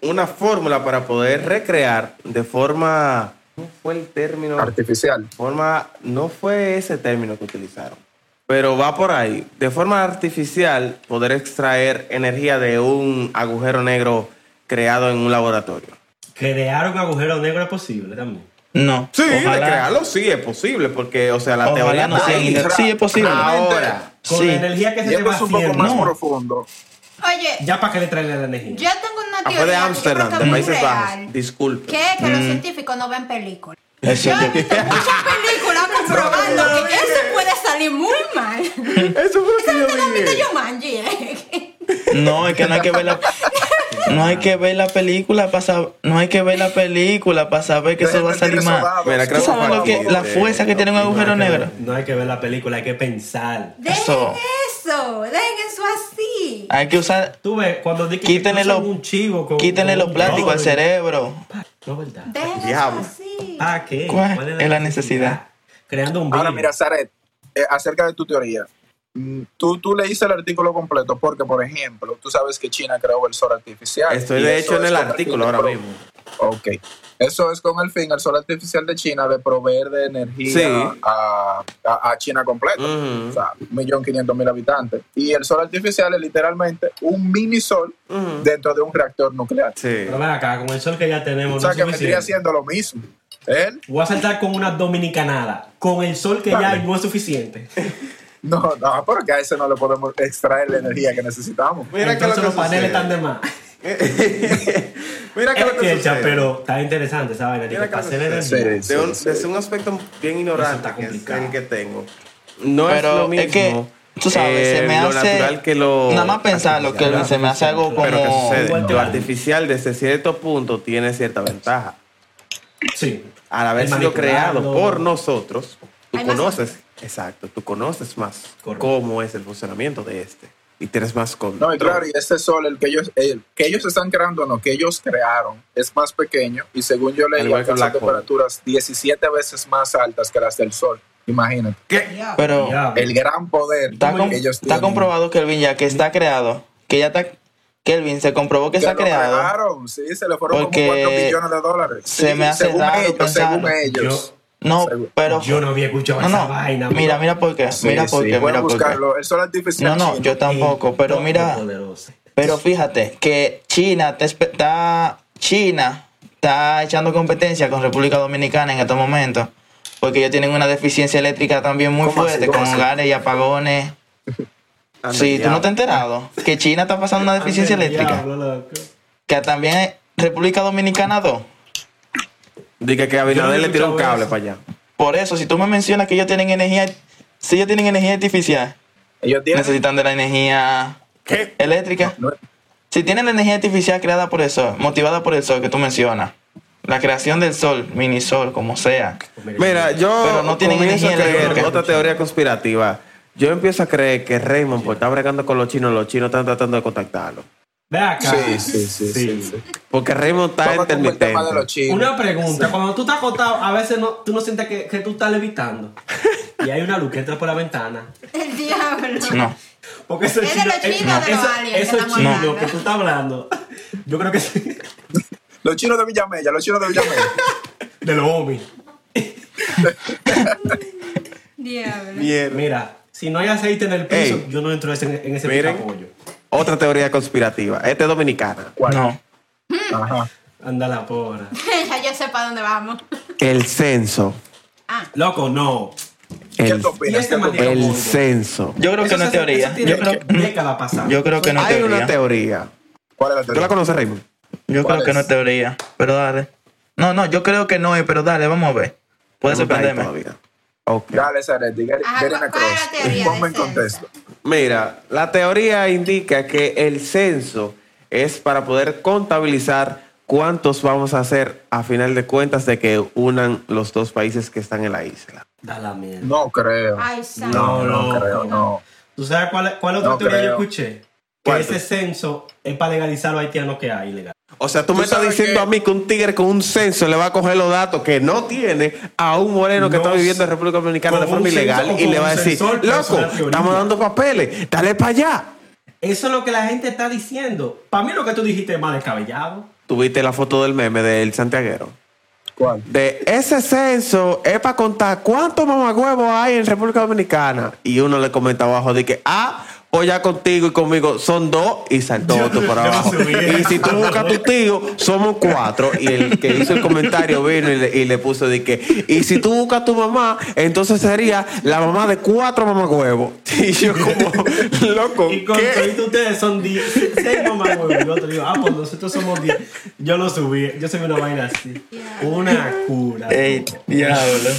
Speaker 1: una fórmula para poder recrear de forma, ¿cómo fue el término?
Speaker 2: Artificial.
Speaker 1: forma, no fue ese término que utilizaron, pero va por ahí. De forma artificial, poder extraer energía de un agujero negro creado en un laboratorio.
Speaker 4: Crear un agujero negro es posible también.
Speaker 5: No.
Speaker 1: Sí, de
Speaker 5: ojalá-
Speaker 1: crearlo sí es posible, porque, o sea, la
Speaker 5: Ojalá
Speaker 1: teoría
Speaker 5: no
Speaker 1: está
Speaker 5: sea
Speaker 1: ahí.
Speaker 5: inter- Sí, es posible.
Speaker 1: Ahora,
Speaker 4: Con
Speaker 5: Sí.
Speaker 4: la energía que se
Speaker 2: Yendo
Speaker 4: lleva
Speaker 2: es un poco
Speaker 4: haciendo.
Speaker 2: más
Speaker 5: No.
Speaker 2: profundo.
Speaker 3: Oye,
Speaker 4: Ya para que le traigan la energía.
Speaker 3: yo tengo una
Speaker 1: Ah,
Speaker 3: teoría.
Speaker 1: fue de
Speaker 3: que yo
Speaker 1: Ámsterdam,
Speaker 3: creo
Speaker 1: de
Speaker 3: que es muy
Speaker 1: Países
Speaker 3: real.
Speaker 1: Bajos. mm. Disculpe.
Speaker 3: ¿Qué? Que los científicos no ven películas. Yo
Speaker 5: Eso
Speaker 3: he
Speaker 5: yo-
Speaker 3: visto muchas películas comprobando que eso puede salir muy mal.
Speaker 1: Eso fue
Speaker 3: <laughs>
Speaker 1: lo
Speaker 3: Esa
Speaker 1: que
Speaker 3: gente no ha
Speaker 1: yo
Speaker 3: visto
Speaker 1: dije.
Speaker 3: Yumanji, ¿eh? <laughs>
Speaker 5: No, es que no hay que ver la. No hay que ver la película para saber. No hay que ver la película para saber que eso va a salir mal.
Speaker 1: Mira,
Speaker 5: ¿Tú
Speaker 1: creo
Speaker 5: sabes lo que, la fuerza que tiene un agujero
Speaker 4: No hay que
Speaker 5: negro?
Speaker 4: ver- No hay que ver la película, hay que pensar.
Speaker 3: Dejen
Speaker 5: Eso.
Speaker 3: eso. dejen eso así.
Speaker 1: Ah,
Speaker 5: Hay que usar.
Speaker 4: Tú ves, cuando dije
Speaker 5: Quítenle
Speaker 4: que usan
Speaker 5: los-
Speaker 4: un chivo con-
Speaker 5: Quítenle
Speaker 4: con
Speaker 5: los
Speaker 4: un
Speaker 5: plásticos al
Speaker 4: globo.
Speaker 5: cerebro.
Speaker 4: No, ¿verdad?
Speaker 3: Dejen
Speaker 1: Diablo. Ah.
Speaker 3: eso así.
Speaker 4: ¿Para qué?
Speaker 5: ¿Cuál es la necesidad?
Speaker 4: Creando un virus.
Speaker 2: Ahora mira, Zaret, eh, acerca de tu teoría. Mm, Tú, tú leíste el artículo completo porque, por ejemplo, tú sabes que China creó el sol artificial.
Speaker 1: Estoy
Speaker 2: y
Speaker 1: de
Speaker 2: eso
Speaker 1: hecho en
Speaker 2: es
Speaker 1: el
Speaker 2: con
Speaker 1: artículo
Speaker 2: fin
Speaker 1: ahora
Speaker 2: de pro-
Speaker 1: mismo.
Speaker 2: Ok. Eso es con el fin, el sol artificial de China, de proveer de energía
Speaker 1: Sí.
Speaker 2: a, a- a China completa.
Speaker 1: Ujú.
Speaker 2: O sea, 1.500.000 habitantes. Y el sol artificial es literalmente un mini sol
Speaker 1: Ujú.
Speaker 2: dentro de un reactor nuclear.
Speaker 1: Sí.
Speaker 4: Pero ven acá, con el sol que ya tenemos,
Speaker 2: O sea,
Speaker 4: no es
Speaker 2: que
Speaker 4: suficiente.
Speaker 2: vendría haciendo lo mismo. Él,
Speaker 4: Voy a saltar con una dominicanada. Con el sol que ya
Speaker 2: Dale.
Speaker 4: hay no es suficiente.
Speaker 2: no, no, porque a ese no le podemos extraer la energía que necesitamos.
Speaker 1: Mira que lo
Speaker 4: Entonces
Speaker 1: que
Speaker 4: los paneles están de
Speaker 1: sucede.
Speaker 4: más.
Speaker 1: <laughs> Mira que
Speaker 4: Es
Speaker 1: lo que sucede.
Speaker 4: que Este, pero está interesante, ¿sabes? Dani?
Speaker 1: Mira
Speaker 4: Que
Speaker 1: que lo
Speaker 4: pasé de
Speaker 1: que
Speaker 2: Sí,
Speaker 4: energía.
Speaker 2: sí,
Speaker 1: de un,
Speaker 2: sí.
Speaker 1: desde un aspecto bien
Speaker 4: Eso
Speaker 1: ignorante
Speaker 4: está
Speaker 1: que es
Speaker 4: complicado.
Speaker 1: el que tengo. No es lo
Speaker 5: Pero
Speaker 1: mismo.
Speaker 5: es que. Tú sabes, se
Speaker 1: eh,
Speaker 5: me
Speaker 1: lo
Speaker 5: hace.
Speaker 1: natural que lo
Speaker 5: Nada más pensarlo, que
Speaker 1: artificial.
Speaker 5: se me hace algo
Speaker 1: Pero que
Speaker 5: como.
Speaker 1: sucede,
Speaker 4: Igual
Speaker 1: lo
Speaker 4: tal.
Speaker 1: artificial desde cierto punto tiene cierta ventaja.
Speaker 4: Sí.
Speaker 1: Al haber
Speaker 4: El
Speaker 1: sido creado
Speaker 4: manipularlo.
Speaker 1: por nosotros, tú
Speaker 3: Hay más-
Speaker 1: conoces, exacto, tú conoces más
Speaker 4: Correcto.
Speaker 1: cómo es el funcionamiento de este y tienes más control.
Speaker 2: No, y claro, y este sol, el que ellos, el que ellos están creando, no, que ellos crearon, es más pequeño y según yo
Speaker 1: Al
Speaker 2: leí,
Speaker 1: igual que
Speaker 2: alcanza
Speaker 1: Black Hole.
Speaker 2: temperaturas 17 veces más altas que las del sol. Imagínate,
Speaker 5: Pero.
Speaker 4: Ya.
Speaker 2: el gran poder
Speaker 5: Ah. Está, com-
Speaker 2: que ellos
Speaker 5: está
Speaker 2: tienen.
Speaker 5: comprobado, Kelvin, ya que está creado. Que ya está. Kelvin se comprobó que
Speaker 2: Que
Speaker 5: se ha
Speaker 2: lo
Speaker 5: creado.
Speaker 2: crearon, sí, se le fueron
Speaker 5: Porque
Speaker 2: como 4 millones de dólares.
Speaker 5: se
Speaker 2: Sí,
Speaker 5: me hace
Speaker 2: según
Speaker 5: raro
Speaker 2: ellos,
Speaker 5: pensarlo.
Speaker 2: según ellos.
Speaker 5: No,
Speaker 2: Seguro.
Speaker 5: pero.
Speaker 4: Yo no había escuchado
Speaker 5: no,
Speaker 4: esa
Speaker 5: no.
Speaker 4: vaina.
Speaker 5: Mira, mira por qué.
Speaker 2: Sí,
Speaker 5: mira por
Speaker 2: sí,
Speaker 5: qué.
Speaker 2: pueden
Speaker 5: Mira por qué.
Speaker 2: buscarlo. El sol
Speaker 5: No,
Speaker 2: artificial.
Speaker 5: no,
Speaker 2: chino.
Speaker 5: yo
Speaker 4: Eh,
Speaker 5: tampoco. Pero mira, pero fíjate que China está espe- está. China está echando competencia con República Dominicana en estos momentos. Porque ellos tienen una deficiencia eléctrica también muy
Speaker 2: ¿Cómo así?
Speaker 5: fuerte,
Speaker 2: ¿Cómo
Speaker 5: con
Speaker 2: así?
Speaker 5: hogares y apagones.
Speaker 1: Anda,
Speaker 5: Sí, tú
Speaker 1: diablo.
Speaker 5: no te has enterado que China está pasando una deficiencia eléctrica. Que también República Dominicana 2.
Speaker 1: Dije que
Speaker 4: Yo
Speaker 1: Abinader
Speaker 4: no he
Speaker 1: le tiró un
Speaker 4: escuchado
Speaker 1: cable
Speaker 4: eso.
Speaker 1: para allá.
Speaker 5: Por eso, si tú me mencionas que ellos tienen energía, si ellos tienen energía artificial,
Speaker 2: Ellos tienen.
Speaker 5: necesitan de la energía
Speaker 1: ¿Qué?
Speaker 5: eléctrica.
Speaker 2: no-
Speaker 5: Si tienen la energía artificial creada por el sol, motivada por el sol que tú mencionas, la creación del sol, mini sol, como sea.
Speaker 1: Mira, yo
Speaker 5: Pero no tienen
Speaker 1: comienzo a
Speaker 5: energía
Speaker 1: creer
Speaker 5: eléctrica.
Speaker 1: otra teoría conspirativa. Yo empiezo a creer que Raymond, por estar bregando con los chinos, los chinos están tratando de contactarlo.
Speaker 4: Ve acá.
Speaker 2: Sí, sí, sí, sí, sí.
Speaker 1: Porque Raymond está
Speaker 2: Vamos con el tema de los
Speaker 1: intermitente.
Speaker 2: chinos.
Speaker 4: Una pregunta, cuando tú estás acostado, a veces no, tú no sientes que, que tú estás levitando. Y hay una luz que entra por la ventana.
Speaker 3: El diablo.
Speaker 5: No.
Speaker 4: Porque eso
Speaker 3: ¿Es de los chinos o de los aliens que estamos
Speaker 4: chino
Speaker 3: hablando?
Speaker 4: que tú estás hablando. Yo creo que sí.
Speaker 2: Los chinos de Villamella, los chinos de
Speaker 5: <laughs>
Speaker 2: Villamella.
Speaker 4: De los homies.
Speaker 3: Diablo.
Speaker 1: Mierda.
Speaker 4: Mira, Si no hay aceite en el piso,
Speaker 1: Ey.
Speaker 4: yo no entro ese- en ese
Speaker 1: Miren.
Speaker 4: picapollo.
Speaker 1: Otra teoría conspirativa. Esta es dominicana.
Speaker 2: ¿Cuál?
Speaker 5: No.
Speaker 2: Ajá.
Speaker 4: Anda la porra.
Speaker 3: <laughs> ya yo sé para dónde vamos.
Speaker 1: El censo.
Speaker 3: Ah,
Speaker 4: Loco, no.
Speaker 2: ¿Qué
Speaker 1: El,
Speaker 2: tú
Speaker 4: Y
Speaker 2: opinas?
Speaker 4: este
Speaker 2: ¿Qué tú
Speaker 4: maldito-
Speaker 2: opinas?
Speaker 1: el censo.
Speaker 5: Yo creo
Speaker 4: Eso
Speaker 5: que no es
Speaker 4: se- eso
Speaker 5: teoría.
Speaker 4: tiene
Speaker 5: Yo creo,
Speaker 4: décadas pasando.
Speaker 5: yo creo que no es
Speaker 1: Hay una
Speaker 5: teoría.
Speaker 1: teoría.
Speaker 2: ¿Cuál es la
Speaker 1: ¿Tú la
Speaker 2: teoría?
Speaker 1: conoces, Raymond?
Speaker 5: Yo
Speaker 2: ¿Cuál
Speaker 5: creo que no
Speaker 2: es?
Speaker 5: es teoría. Pero dale. No, no, yo creo que no es, pero dale, vamos a ver. Puede
Speaker 1: No está ahí
Speaker 5: sorprenderme.
Speaker 1: todavía. Ok.
Speaker 2: Dale, Zaretti, get,
Speaker 3: Ajá,
Speaker 2: get in
Speaker 3: ¿cuál-
Speaker 2: the
Speaker 3: cuál es la
Speaker 2: cross.
Speaker 3: teoría
Speaker 2: Ponme
Speaker 3: de
Speaker 2: en
Speaker 3: Censo?
Speaker 2: contexto.
Speaker 1: Mira, la teoría indica que el censo es para poder contabilizar cuántos vamos a hacer a final de cuentas de que unan los dos países que están en la isla.
Speaker 4: Da la mierda.
Speaker 2: No creo.
Speaker 3: ay, Sam.
Speaker 2: No, no,
Speaker 4: No,
Speaker 2: creo,
Speaker 4: no.
Speaker 2: no.
Speaker 4: ¿Tú sabes cuál, cuál otra
Speaker 2: No
Speaker 4: teoría
Speaker 2: creo.
Speaker 4: yo escuché? Que
Speaker 1: ¿Cuál?
Speaker 4: ese censo es para legalizar a los haitianos que hay ilegal.
Speaker 1: O sea, tú,
Speaker 2: Tú
Speaker 1: me estás
Speaker 2: sabes
Speaker 1: diciendo a
Speaker 2: que-
Speaker 1: mí que un tigre con un censo le va a coger los datos que no tiene a un moreno que
Speaker 4: No
Speaker 1: está viviendo
Speaker 4: sé.
Speaker 1: en República Dominicana de
Speaker 4: Con un
Speaker 1: forma
Speaker 4: censo
Speaker 1: ilegal
Speaker 4: o
Speaker 1: y
Speaker 4: con
Speaker 1: le va a
Speaker 4: un
Speaker 1: decir,
Speaker 4: sensor, pero eso
Speaker 1: loco,
Speaker 4: es la teoría".
Speaker 1: estamos dando papeles, dale para allá.
Speaker 4: Eso es lo que la gente está diciendo. Para mí lo que tú dijiste es más descabellado.
Speaker 1: Tuviste la foto del meme del santiaguero.
Speaker 2: ¿Cuál?
Speaker 1: De ese censo es para contar cuántos mamagüevos hay en República Dominicana. Y uno le comenta abajo de que, ah, pues ya contigo y conmigo son dos y saltó otro por abajo.
Speaker 4: yo subí
Speaker 1: Y
Speaker 4: eso.
Speaker 1: si tú buscas a tu tío, somos cuatro. Y el que hizo el comentario vino y le, y le puso de que, y si tú buscas a tu mamá, entonces sería la mamá de cuatro mamagüevos. <laughs> Y yo como, loco,
Speaker 4: Y con
Speaker 1: ¿qué?
Speaker 4: todito ustedes son 10. Seis mamás, güey. El otro digo, ah, pues nosotros somos 10. Yo lo subí. Yo subí una vaina así. Una cura.
Speaker 5: Ey,
Speaker 4: loco.
Speaker 5: diablo.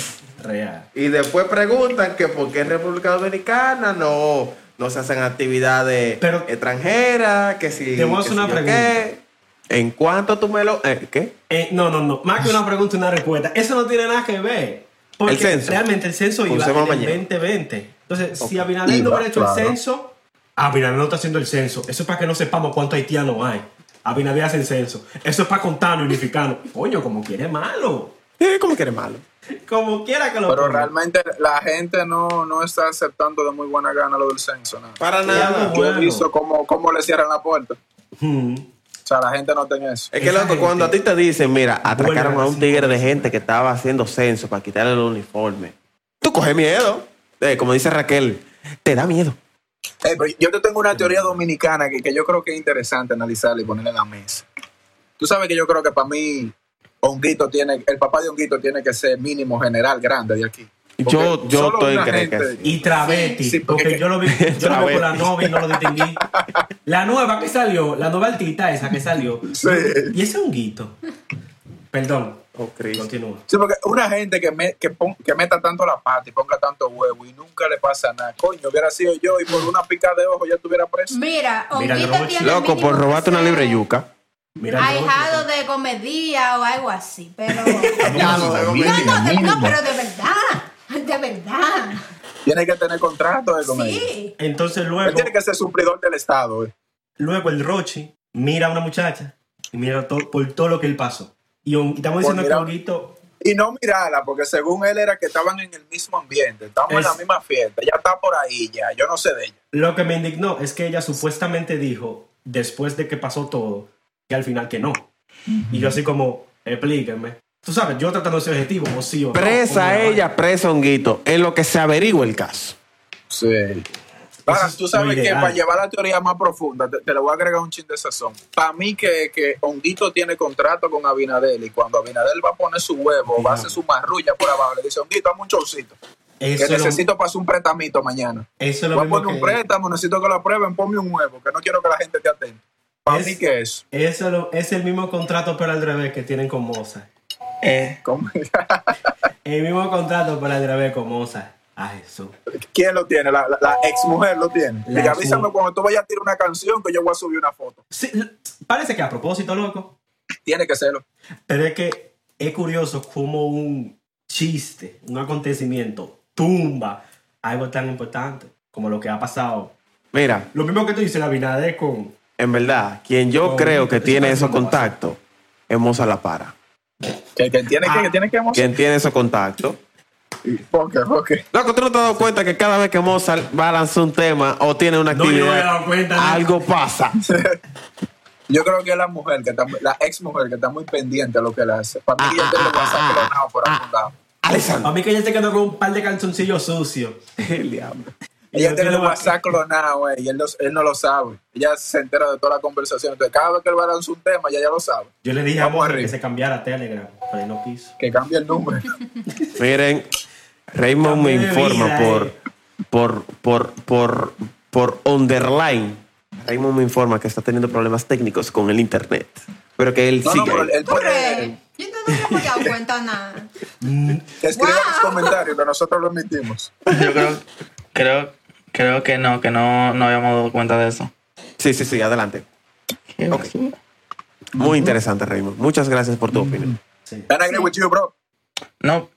Speaker 4: Real.
Speaker 1: Y después preguntan que por qué en República Dominicana no, no se hacen actividades
Speaker 4: Pero-
Speaker 1: extranjeras, que si...
Speaker 4: Te voy a
Speaker 1: que
Speaker 4: hacer
Speaker 1: si
Speaker 4: una
Speaker 1: yo
Speaker 4: pregunta.
Speaker 1: qué. ¿En cuánto tú me lo...? eh, ¿Qué?
Speaker 4: Eh, no, no, no. Más que una pregunta, una respuesta. Eso no tiene nada que ver. Porque
Speaker 1: El censo.
Speaker 4: realmente el censo iba en
Speaker 1: Pulsemos
Speaker 4: el
Speaker 1: mañana.
Speaker 4: 2020. Entonces, si Abinader no
Speaker 2: Iba,
Speaker 4: hubiera hecho
Speaker 2: claro.
Speaker 4: el censo, Abinader no está haciendo el censo. Eso es para que no sepamos cuántos haitianos hay. Abinader hace el censo. Eso es para contarnos, unificarnos. Coño, como quiere malo.
Speaker 1: Eh, ¿Cómo que eres malo?
Speaker 4: Como quiera que lo
Speaker 2: Pero
Speaker 4: ponga.
Speaker 2: realmente la gente no, no está aceptando de muy buena gana lo del censo. nada.
Speaker 1: Para
Speaker 4: Y algo
Speaker 1: nada.
Speaker 2: Yo he
Speaker 4: Bueno.
Speaker 2: visto cómo, cómo le cierran la puerta. O
Speaker 4: Hmm.
Speaker 2: sea, la gente no tiene eso.
Speaker 1: Es que
Speaker 4: Esa
Speaker 1: loco,
Speaker 4: gente-
Speaker 1: cuando a ti te dicen, mira, atracaron
Speaker 4: Vuelve a
Speaker 1: a
Speaker 4: las
Speaker 1: un tigre de gente que estaba haciendo censo para quitarle el uniforme. Tú coges miedo. Eh, como dice Raquel, te da miedo.
Speaker 2: Eh, pero yo te tengo una teoría dominicana que, que yo creo que es interesante analizarla y ponerla en la mesa. Tú sabes que yo creo que para mí, Honguito tiene, el papá de Honguito tiene que ser mínimo general grande de aquí. Porque
Speaker 1: Yo- yo
Speaker 2: solo
Speaker 1: estoy
Speaker 2: una
Speaker 1: creo que
Speaker 2: gente-
Speaker 1: sí.
Speaker 4: Y Travetti,
Speaker 2: Sí, sí, porque-
Speaker 4: porque, yo lo vi, yo lo vi
Speaker 1: Travetti.
Speaker 4: con la novia y no lo distinguí. La nueva que salió, la nueva altita esa que salió.
Speaker 2: Sí.
Speaker 4: Y ese honguito. Perdón,
Speaker 1: Oh, Cristo.
Speaker 4: continúa.
Speaker 2: Sí, porque una gente que, me- que, pon- que meta tanto la pata y ponga tanto huevo y nunca le pasa nada. Coño, hubiera sido yo y por una pica de ojo ya estuviera preso.
Speaker 3: Mira,
Speaker 4: Mira,
Speaker 3: Honguito
Speaker 4: loco,
Speaker 3: tiene
Speaker 1: Loco,
Speaker 3: mínimo
Speaker 1: por
Speaker 3: que
Speaker 1: robarte una
Speaker 3: ser
Speaker 1: libre yuca.
Speaker 4: Mira, pues. yo-
Speaker 3: Ahijado de comedia o algo así,
Speaker 2: <laughs>
Speaker 3: pero.
Speaker 1: Ya,
Speaker 3: no,
Speaker 1: no,
Speaker 3: no, de- no, pero de verdad. De verdad.
Speaker 2: Tiene que tener contrato de comedia.
Speaker 3: Sí.
Speaker 4: Entonces
Speaker 2: Él
Speaker 4: luego,
Speaker 2: tiene que ser suplidor del Estado. eh.
Speaker 4: luego el Rochi mira a una muchacha y mira to- por todo lo que él pasó. Y hon- y estamos
Speaker 2: Por
Speaker 4: diciendo que
Speaker 2: mirar-
Speaker 4: honguito
Speaker 2: Y no mirarla, porque según él era que estaban en el mismo ambiente. Estamos en
Speaker 4: Es-
Speaker 2: la misma fiesta. Ya está por ahí, ya. Yo no sé de ella.
Speaker 4: Lo que me indignó es que ella supuestamente dijo, después de que pasó todo, que al final que no. Y yo así como, explíquenme. Tú sabes, yo tratando ese objetivo, o sí o no,
Speaker 1: Presa
Speaker 4: como la vaina.
Speaker 1: ella, presa honguito, en lo que se averigua el caso.
Speaker 2: Sí. Ahora,
Speaker 4: es
Speaker 2: tú
Speaker 4: lo
Speaker 2: sabes que
Speaker 4: ideal.
Speaker 2: para llevar la teoría más profunda, te, te le voy a agregar un chin de sazón. Para mí que, que Honguito tiene contrato con Abinadel y cuando Abinadel va a poner su huevo, va a hacer su marrulla por abajo, le dice, Honguito, hazme un showcito.
Speaker 4: Eso
Speaker 2: Que
Speaker 4: es lo-
Speaker 2: necesito pasar un prétamito mañana.
Speaker 4: Eso es lo
Speaker 2: Voy a
Speaker 4: mismo
Speaker 2: poner
Speaker 4: que...
Speaker 2: un préstamo, necesito que lo aprueben, ponme un huevo, que no quiero que la gente te atente. Para
Speaker 4: Es-
Speaker 2: mí que es.
Speaker 4: eso es lo- es el mismo contrato pero al revés que tienen con Mozart.
Speaker 5: Eh,
Speaker 2: ¿Cómo? <laughs>
Speaker 4: El mismo contrato pero al revés con Mozart. A Jesús.
Speaker 2: ¿Quién lo tiene? La, la, la ex mujer lo tiene.
Speaker 4: La
Speaker 2: Diga, avísame
Speaker 4: exmujer.
Speaker 2: cuando tú vayas a tirar una canción que yo voy a subir una foto.
Speaker 4: Sí, l- parece que a propósito, loco.
Speaker 2: Tiene que serlo.
Speaker 4: Pero es que es curioso cómo un chiste, un acontecimiento, tumba algo tan importante como lo que ha pasado
Speaker 1: Mira,
Speaker 4: Lo mismo que tú dices, la Binader con.
Speaker 1: en verdad, quien yo
Speaker 4: Con-
Speaker 1: creo que
Speaker 4: eso
Speaker 1: tiene
Speaker 4: está
Speaker 1: esos
Speaker 4: haciendo
Speaker 1: contactos es Moza La Para.
Speaker 2: Que, que tiene
Speaker 4: Ah.
Speaker 2: que, que tiene que mostrar.
Speaker 1: Quien tiene esos contactos.
Speaker 2: Porque, porque.
Speaker 1: Loco, ¿tú no te has dado cuenta que cada vez que Mozart va a lanzar un tema o tiene una
Speaker 4: No, yo no me he
Speaker 1: actividad,
Speaker 4: dado cuenta, ¿no?
Speaker 1: algo
Speaker 4: <laughs>
Speaker 1: pasa?
Speaker 2: Yo creo que es la mujer que está, la ex mujer que está muy pendiente a lo que le hace. Para mí,
Speaker 1: Ah,
Speaker 2: ya te
Speaker 1: ah,
Speaker 2: lo vas
Speaker 1: ah,
Speaker 2: a
Speaker 1: ah,
Speaker 2: clonar por
Speaker 1: ah,
Speaker 2: algún lado.
Speaker 1: Alessandro.
Speaker 4: A mí que ella se quedó con un par de calzoncillos sucios.
Speaker 1: El diablo.
Speaker 2: Ella tiene el
Speaker 4: tiene
Speaker 2: WhatsApp clonado, güey, eh, y él, no- él no lo sabe. Ella se entera de todas las conversaciones. Entonces, cada vez que él va a lanzar un tema, ella ya lo sabe.
Speaker 4: Yo le dije a
Speaker 2: Vamos
Speaker 4: Borre
Speaker 2: arriba.
Speaker 4: que se cambiara a Telegram, pero él no quiso.
Speaker 2: Que cambie
Speaker 1: <laughs>
Speaker 2: el número.
Speaker 1: Miren, Raymond me
Speaker 4: Cambio de
Speaker 1: informa
Speaker 4: vida,
Speaker 1: por,
Speaker 4: eh.
Speaker 1: por, por, por, por underline. Raymond me informa que está teniendo problemas técnicos con el internet. Pero que él
Speaker 2: No, no,
Speaker 1: sigue.
Speaker 2: pero
Speaker 1: ahí.
Speaker 2: él
Speaker 3: Corre.
Speaker 2: puede
Speaker 3: Yo no me había dado cuenta nada.
Speaker 2: que escriba en los
Speaker 3: Wow.
Speaker 2: comentarios que nosotros lo emitimos.
Speaker 5: Yo creo, creo, creo que no, que no, no habíamos dado cuenta de eso.
Speaker 1: Sí, sí, sí, adelante.
Speaker 5: Qué
Speaker 1: Ok.
Speaker 5: basura.
Speaker 1: Muy interesante, Raymond. Muchas gracias por tu
Speaker 4: Mm.
Speaker 1: opinión.
Speaker 4: Sí.
Speaker 2: Can I agree with you, bro?
Speaker 5: No,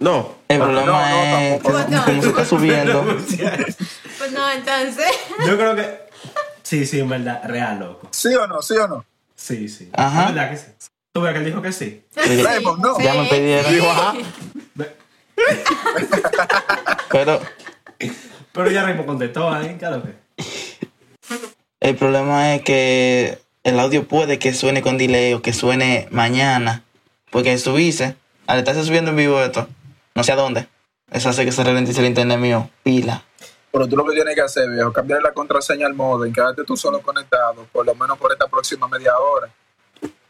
Speaker 1: No,
Speaker 5: el problema
Speaker 2: no,
Speaker 5: es
Speaker 2: tampoco.
Speaker 5: que como se
Speaker 2: <laughs>
Speaker 5: está subiendo.
Speaker 3: Pues no, entonces.
Speaker 4: Yo creo que. Sí, sí, en verdad, real, loco.
Speaker 2: ¿Sí o no? ¿Sí o no?
Speaker 4: Sí, sí.
Speaker 5: Ajá.
Speaker 4: ¿Verdad que sí? ¿Tú ves que él dijo que sí?
Speaker 2: Raymond, pues, no.
Speaker 5: Ya me
Speaker 1: digo,
Speaker 5: pidieron.
Speaker 1: ajá.
Speaker 4: Ve-
Speaker 5: Pero
Speaker 4: Pero ya Raymond contestó ahí, claro que.
Speaker 5: el problema es que el audio puede que suene con delay o que suene mañana. Porque subirse, al estarse subiendo en vivo esto, no sé a dónde. Eso hace que se ralentice el internet mío.
Speaker 2: <laughs>
Speaker 5: Pila.
Speaker 2: Pero tú lo que tienes que hacer, viejo, cambiar la contraseña al modem, quedarte tú solo conectado, por lo menos por esta próxima media hora.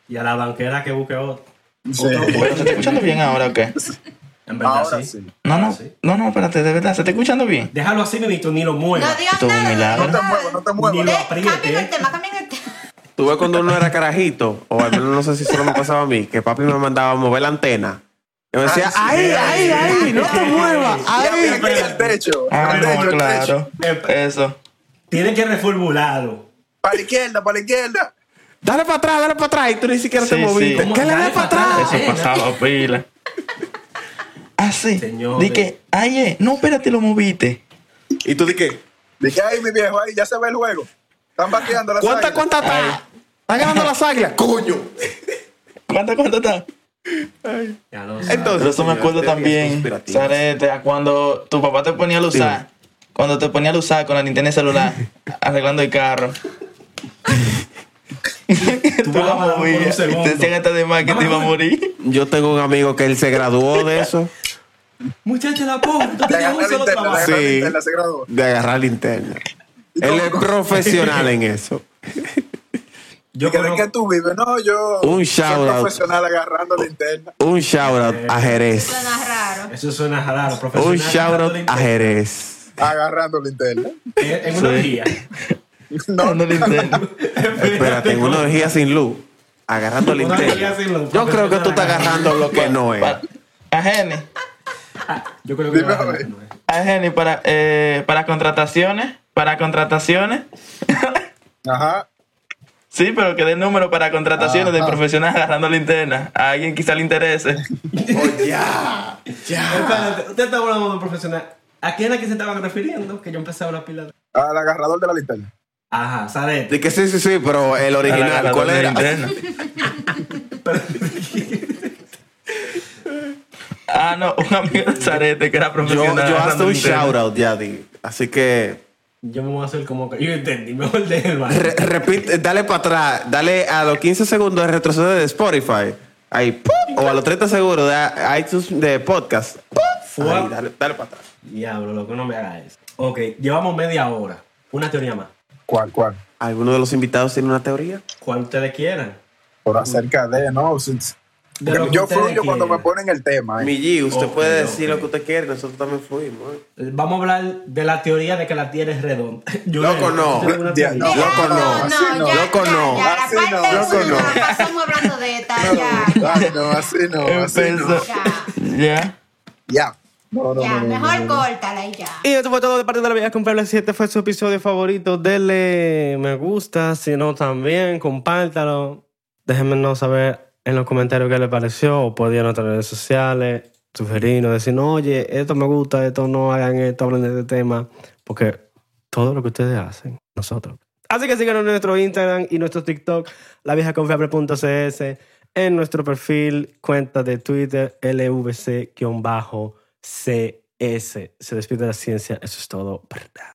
Speaker 4: Y a la banquera que busque otro.
Speaker 2: Sí.
Speaker 5: Pero se está escuchando bien ahora o qué?
Speaker 4: En verdad,
Speaker 2: Ahora
Speaker 4: sí.
Speaker 2: sí.
Speaker 5: No, no,
Speaker 4: Sí.
Speaker 5: no, no, espérate, de verdad, se está escuchando bien.
Speaker 4: Déjalo así, Benito, ni lo mueva.
Speaker 3: No digas
Speaker 5: Esto es un
Speaker 3: nada.
Speaker 5: milagro.
Speaker 2: No te muevas, no te
Speaker 4: Ni
Speaker 2: muevas.
Speaker 4: lo
Speaker 3: Eh,
Speaker 4: apriete.
Speaker 3: Cambien el tema, cambien el tema.
Speaker 1: Tú ves cuando uno era carajito, o al menos no sé si solo me pasaba a mí, que papi me mandaba a mover la antena. Yo me decía,
Speaker 2: Ah,
Speaker 1: ahí, ahí, ahí, no te muevas,
Speaker 2: Ya,
Speaker 1: ahí.
Speaker 2: mira, mira, el techo.
Speaker 5: Ah,
Speaker 2: el
Speaker 5: no,
Speaker 2: techo, el techo.
Speaker 5: claro. Eso.
Speaker 4: Tiene que reformularlo.
Speaker 2: Para la izquierda, para la izquierda.
Speaker 1: Dale para atrás, dale para atrás, y tú ni siquiera
Speaker 5: Sí,
Speaker 1: te moviste.
Speaker 5: sí.
Speaker 1: ¿Qué le
Speaker 4: Dale
Speaker 1: das para
Speaker 4: pa'
Speaker 1: atrás?
Speaker 4: atrás.
Speaker 5: Eso pasaba pila. Así.
Speaker 4: Señores.
Speaker 5: Di que, ay, eh, no, espérate, lo moviste.
Speaker 1: Y tú dije,
Speaker 2: Dije, ahí mi viejo, ahí ya se ve el juego. Están vaqueando las
Speaker 1: ¿cuánta,
Speaker 2: águilas.
Speaker 1: cuánta está? ¿Están ganando las águilas? Coño.
Speaker 5: ¿Cuánto, cuánto está?
Speaker 4: Ya lo sabes.
Speaker 1: Entonces,
Speaker 5: Pero eso me
Speaker 1: señor,
Speaker 5: acuerdo
Speaker 1: teorías
Speaker 5: también,
Speaker 1: conspirativas.
Speaker 5: Sarete, a cuando tu papá te ponía a usar. Cuando te ponía a usar con la Nintendo celular,
Speaker 4: <laughs>
Speaker 5: arreglando el carro. tú
Speaker 4: vas
Speaker 5: lo
Speaker 4: a dar por un
Speaker 5: movías. y
Speaker 4: segundo.
Speaker 5: Te decían hasta de más que te iba a morir.
Speaker 1: Yo tengo un amigo que él se graduó de eso,
Speaker 4: Muchacha, la pobre, tú
Speaker 2: De
Speaker 4: tenías un
Speaker 2: agarrar el
Speaker 4: solo
Speaker 2: internet,
Speaker 4: trabajo.
Speaker 1: Sí.
Speaker 2: agarrar el internet, <laughs> se graduó.
Speaker 1: de agarrar linterna. Él es profesional en eso.
Speaker 4: Yo
Speaker 2: Dije, ¿de qué
Speaker 4: conozco.
Speaker 2: tú vives? No, yo
Speaker 1: Un
Speaker 2: soy
Speaker 1: shout out.
Speaker 2: profesional agarrando la interna.
Speaker 1: Un shout out a Jerez.
Speaker 3: Suena raro.
Speaker 4: Eso suena raro, profesional.
Speaker 1: Un shout out
Speaker 4: dándole
Speaker 1: a Jerez.
Speaker 2: Agarrando la interna.
Speaker 4: Eh, En en una
Speaker 5: Sí.
Speaker 4: orgía.
Speaker 5: No, <laughs> no Nintendo.
Speaker 1: Espérate, en una orgía sin luz, agarrando
Speaker 4: Una
Speaker 1: linterna.
Speaker 4: orgía sin luz,
Speaker 1: Yo creo que tú estás
Speaker 4: profesional.
Speaker 1: agarrando lo que no es.
Speaker 5: Pa- A Jenny,
Speaker 4: Yo creo que
Speaker 2: Dime,
Speaker 4: no,
Speaker 2: a ver.
Speaker 4: no es.
Speaker 5: a Ah, Jenny para, eh, para contrataciones, para contrataciones. <laughs>
Speaker 2: Ajá.
Speaker 5: Sí, pero que dé número para contrataciones de profesionales agarrando linterna. A alguien quizá le interese.
Speaker 4: oh, Espérate, usted está hablando de un profesional. ¿A quién es que se estaban refiriendo? Que yo empecé a hablar pila. de-
Speaker 2: Al agarrador de la linterna.
Speaker 4: Ajá, Sarete.
Speaker 1: De que sí, sí, sí, pero el <laughs>
Speaker 5: Al
Speaker 1: original,
Speaker 5: agarrador
Speaker 1: ¿cuál
Speaker 5: de
Speaker 1: era? <laughs>
Speaker 5: linterna. ah, no, un amigo de Zarete que era
Speaker 1: Yo,
Speaker 5: profesional.
Speaker 1: yo hasta
Speaker 5: agarrando
Speaker 1: un
Speaker 5: linterna.
Speaker 1: shout out ya di. Así que
Speaker 4: Yo me voy a hacer como que. Yo entendí, mejor de él, ¿vale?
Speaker 1: re- repite, dale para atrás, dale a los 15 segundos de retroceder de Spotify. Ahí, ¡pum! o a los 30 segundos de iTunes de podcast. ¡pum!
Speaker 4: Fua.
Speaker 1: Ahí, dale, dale para atrás.
Speaker 4: Diablo, loco, no me haga eso. Ok, llevamos media hora. Una teoría más.
Speaker 2: ¿Cuál, cuál?
Speaker 1: ¿Alguno de los invitados tiene una teoría?
Speaker 4: Cual ustedes quieran.
Speaker 2: Por acerca de, ¿no? Si- si-
Speaker 4: De lo que
Speaker 2: yo
Speaker 4: ustedes
Speaker 2: fluyo cuando
Speaker 4: quieran.
Speaker 2: me ponen el tema. eh.
Speaker 1: Mi G, usted
Speaker 4: Ok,
Speaker 1: puede
Speaker 4: ok.
Speaker 1: decir lo que usted quiere, nosotros también fluimos. eh.
Speaker 4: Vamos a hablar de la teoría de que la tierra es redonda. <laughs> Yo
Speaker 1: Loco, no.
Speaker 4: ¿Usted tiene alguna
Speaker 2: Ya,
Speaker 4: teoría?
Speaker 2: no.
Speaker 1: Loco, no.
Speaker 2: Así no.
Speaker 3: ya,
Speaker 1: Loco,
Speaker 3: ya,
Speaker 1: no.
Speaker 3: ya, la
Speaker 2: Así
Speaker 3: parte
Speaker 2: no.
Speaker 3: uno
Speaker 2: Loco,
Speaker 3: no
Speaker 2: no.
Speaker 3: la pasamos hablando de esta, ya,
Speaker 2: <laughs> Ay, <laughs> no, así
Speaker 5: <laughs>
Speaker 2: no, así no.
Speaker 5: Empezó.
Speaker 3: ya.
Speaker 5: Ya.
Speaker 2: Ya. No, no,
Speaker 3: Ya,
Speaker 2: no, no,
Speaker 3: mejor
Speaker 2: no, no.
Speaker 3: córtala y ya.
Speaker 7: Y esto fue todo de parte de la Vieja Comprable. Si este fue su episodio favorito, denle me gusta. Si no, también compártalo. Déjenmenos saber en los comentarios qué les pareció. O podían en nuestras redes sociales sugerirnos, decirnos, oye, esto me gusta, esto no hagan esto, hablen de este tema. Porque todo lo que ustedes hacen, nosotros. Así que síganos en nuestro Instagram y nuestro TikTok, laviejaconfiable.cs, en nuestro perfil, cuenta de Twitter, lvc-cs. Se despide de la ciencia, eso es todo, ¿verdad?